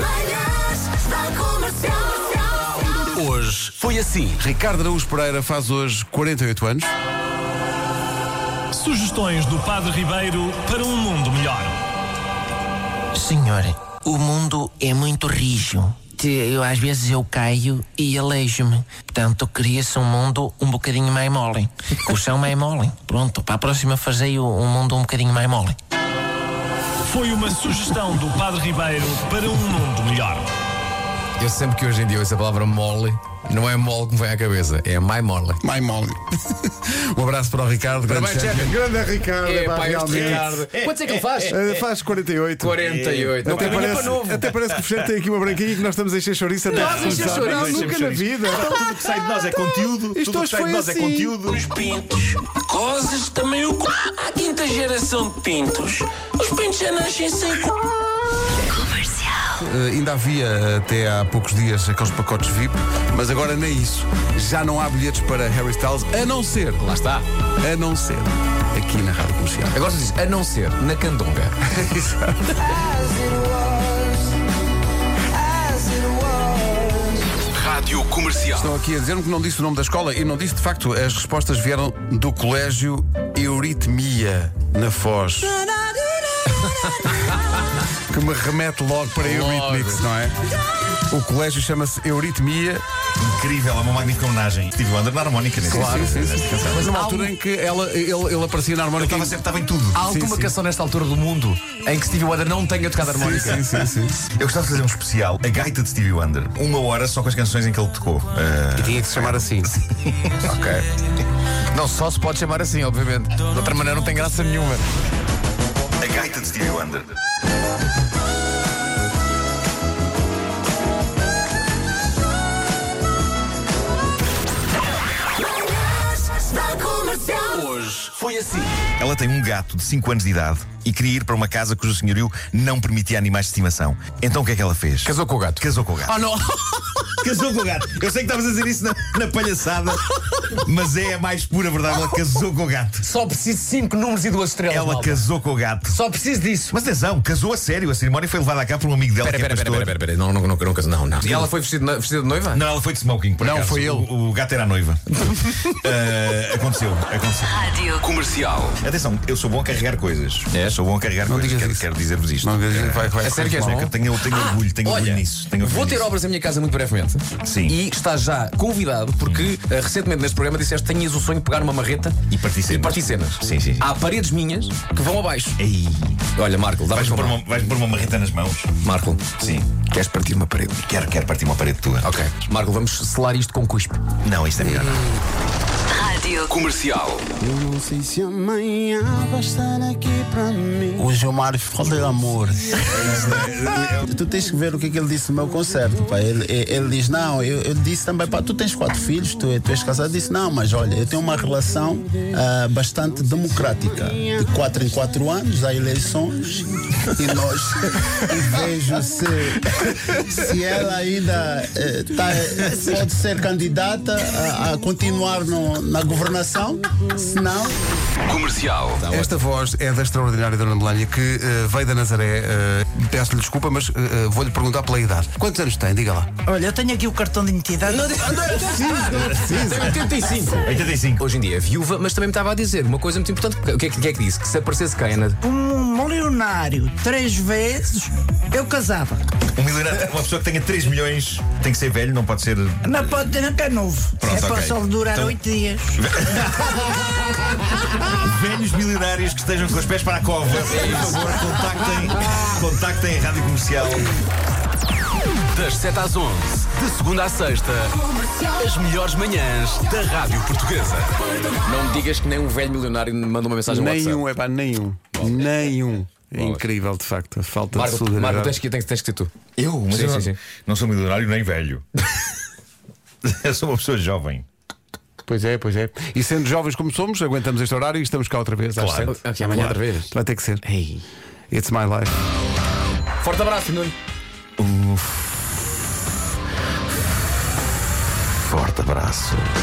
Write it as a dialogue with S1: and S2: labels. S1: Manhãs da Comercial.
S2: Hoje foi assim.
S3: Ricardo Araújo Pereira faz hoje 48 anos.
S4: Sugestões do Padre Ribeiro para um mundo melhor.
S5: Senhor, o mundo é muito rijo. Te- Eu, às vezes eu caio e aleijo-me. Portanto, queria-se um mundo um bocadinho mais mole. Com o chão mais mole. Pronto, para a próxima fazei o- um mundo um bocadinho mais mole.
S4: Foi uma sugestão do Padre Ribeiro para um mundo melhor.
S6: Eu sempre que hoje em dia ouço a palavra mole, não é mole que me vem à cabeça, é my mole.
S3: My mole. um abraço para o Ricardo. grande
S6: Parabéns,
S3: chefe.
S6: Chefe.
S7: Grande Ricardo,
S6: É,
S7: pá,
S6: pá, este
S7: realmente.
S6: Ricardo. Quantos é que ele faz?
S7: Eh, Faz 48.
S6: 48. Não
S7: Até
S6: tem para
S7: parece,
S6: novo.
S7: até parece que o Fernando tem aqui uma branquinha e que nós estamos a encher chouriço até
S6: Nós a encher
S7: Não,
S6: chouriço.
S7: nunca na vida. Então,
S8: Tudo que sai de nós é conteúdo.
S7: Tá, Isto
S8: tudo
S7: hoje
S8: que sai
S7: foi
S8: de nós
S7: assim.
S8: é conteúdo.
S5: Os pintos. Coisas também o c... A quinta geração de pintos. Os pintos já nascem sem c...
S3: Eh, ainda havia até há poucos dias aqueles pacotes VIP, mas agora nem isso. Já não há bilhetes para Harry Styles, a não ser,
S6: Lá está.
S3: a não ser, aqui na Rádio Comercial.
S6: Agora se diz, a não ser na candonga.
S2: Rádio Comercial.
S3: Estão aqui a dizer-me que não disse o nome da escola e não disse, de facto, as respostas vieram do Colégio Euritmia, na Foz. que me remete logo para Euritmics, não é? O colégio chama-se Euritmia.
S8: Incrível, é uma magnífica homenagem. Steve Wonder na harmónica, nesse
S3: Sim, sim, sim,
S8: nesta
S3: sim.
S8: canção.
S3: Mas há uma altura em que ela, ele, ele aparecia na
S8: Eu
S3: harmónica.
S8: estava sempre, estava em tudo.
S6: Há alguma canção nesta altura do mundo em que Stevie Wonder não tenha tocado harmónica?
S3: Sim, sim, sim.
S8: Eu gostava de fazer um especial, a gaita de Stevie Wonder. Uma hora só com as canções em que ele tocou. Ah,
S3: Tinha que se chamar assim.
S6: Ok. Não só se pode chamar assim, obviamente. De outra maneira não tem graça nenhuma.
S8: a gaita de Stevie Wonder.
S1: Manhãs da Comercial.
S8: assim. Ela tem um gato de 5 anos de idade e queria ir para uma casa cujo senhorio não permitia animais de estimação. Então o que é que ela fez?
S6: Casou com o gato.
S8: Casou com o gato.
S6: Oh, não.
S8: Casou com o gato. Eu sei que estavas a dizer isso na, na palhaçada, mas é a mais pura verdade. Ela casou com o gato.
S6: Só preciso de 5 números e 2 estrelas.
S8: Ela
S6: malta.
S8: casou com o gato.
S6: Só preciso disso.
S8: Mas atenção, casou a sério. A cerimónia foi levada a cá por um amigo dela
S6: Pera,
S8: que é
S6: pera, pera,
S8: pastor.
S6: pera, pera, pera. Não, não, não, não, não, não. E ela foi vestida, na- vestida de noiva?
S8: Não, ela foi de smoking, por
S3: Não,
S8: acaso.
S3: foi ele.
S8: O, o gato era a noiva. Eh, aconteceu, aconteceu.
S2: Comercial.
S8: Atenção, eu sou bom a carregar coisas.
S6: É?
S8: Sou bom a carregar
S3: Não
S8: coisas.
S3: digas
S8: Quero,
S3: isso.
S8: quero dizer-vos isto.
S3: Não, vai, vai,
S6: É sério que és
S8: Não é
S6: bom?
S8: que eu tenho, eu tenho orgulho, tenho
S6: Olha,
S8: orgulho nisso. Tenho
S6: vou
S8: orgulho
S6: ter
S8: nisso.
S6: obras em minha casa muito brevemente.
S8: Sim. Hum.
S6: E estás já convidado, porque eh, recentemente neste programa disseste que tinhas o sonho de pegar uma marreta
S8: E partir cenas.
S6: cenas.
S8: Sim, sim, sim.
S6: Há paredes minhas que vão abaixo.
S8: Ei,
S6: Olha, Marco, dá
S8: vais-me
S6: para
S8: pôr, uma- vais-me pôr uma marreta nas mãos?
S6: Marco,
S8: Sim.
S6: queres partir uma parede?
S8: Quero, quero partir uma parede tua.
S6: Ok. Marco, vamos selar isto com cuspe.
S8: Não, isto é melhor. não.
S2: Comercial.
S9: O Gilmar falta de amor. tu tens que ver o que, é que ele disse no meu concerto. Pá. Ele, ele- ele diz: Não, eu, eu disse também, pá, tu tens quatro filhos, tu, tu és casado. Eu disse: Não, mas olha, eu tenho uma relação ah, bastante democrática. De quatro em quatro anos há eleições e nós. e vejo se, se ela ainda eh, tá, eh, pode ser candidata a, a continuar no- na governação, se não.
S2: Comercial.
S3: Esta voz é da extraordinária Dona Melania que eh, veio da Nazaré. eh, Peço-lhe desculpa, mas eh, eh, vou-lhe perguntar pela idade. Quantos anos tem? Diga lá.
S9: Olha, eu tenho aqui o cartão de identidade.
S6: 85.
S8: 85.
S6: Hoje em dia é viúva, mas também me estava a dizer uma coisa muito importante. O que é que, o que, é que disse? Que se aparecesse Kennedy.
S9: um milionário três vezes, eu casava.
S8: Um milionário, uma pessoa que tenha 3 milhões tem que ser velho, não pode ser.
S9: Não pode ter nunca novo.
S8: Pronto,
S9: é para
S8: ok.
S9: só durar
S8: Então-
S9: oito dias.
S8: Velhos milionários que estejam com os pés para a cova, por favor, contactem, contactem a rádio comercial.
S2: Das 7 às 11, de segunda à sexta, as melhores manhãs da Rádio Portuguesa.
S6: Não me digas que nem um velho milionário me mandou uma mensagem no WhatsApp.
S8: um-
S3: Nenhum, é pá, nenhum. Nenhum. É incrível, de facto, a falta de
S6: Marco,
S3: solidariedade.
S6: Marco tens, que, tens, tens que ser tu.
S8: Eu? Mas
S6: Sim,
S8: eu
S6: sim,
S8: não-
S6: sim.
S8: não sou milionário nem velho. eu sou uma pessoa jovem.
S3: Pois é, pois é. E sendo jovens como somos, aguentamos este horário e estamos cá outra vez às
S8: Claro.
S3: sete.
S6: Ok, amanhã outra vez.
S3: Vai ter que ser. It's my life.
S6: Forte abraço, Nuno.
S8: Forte abraço.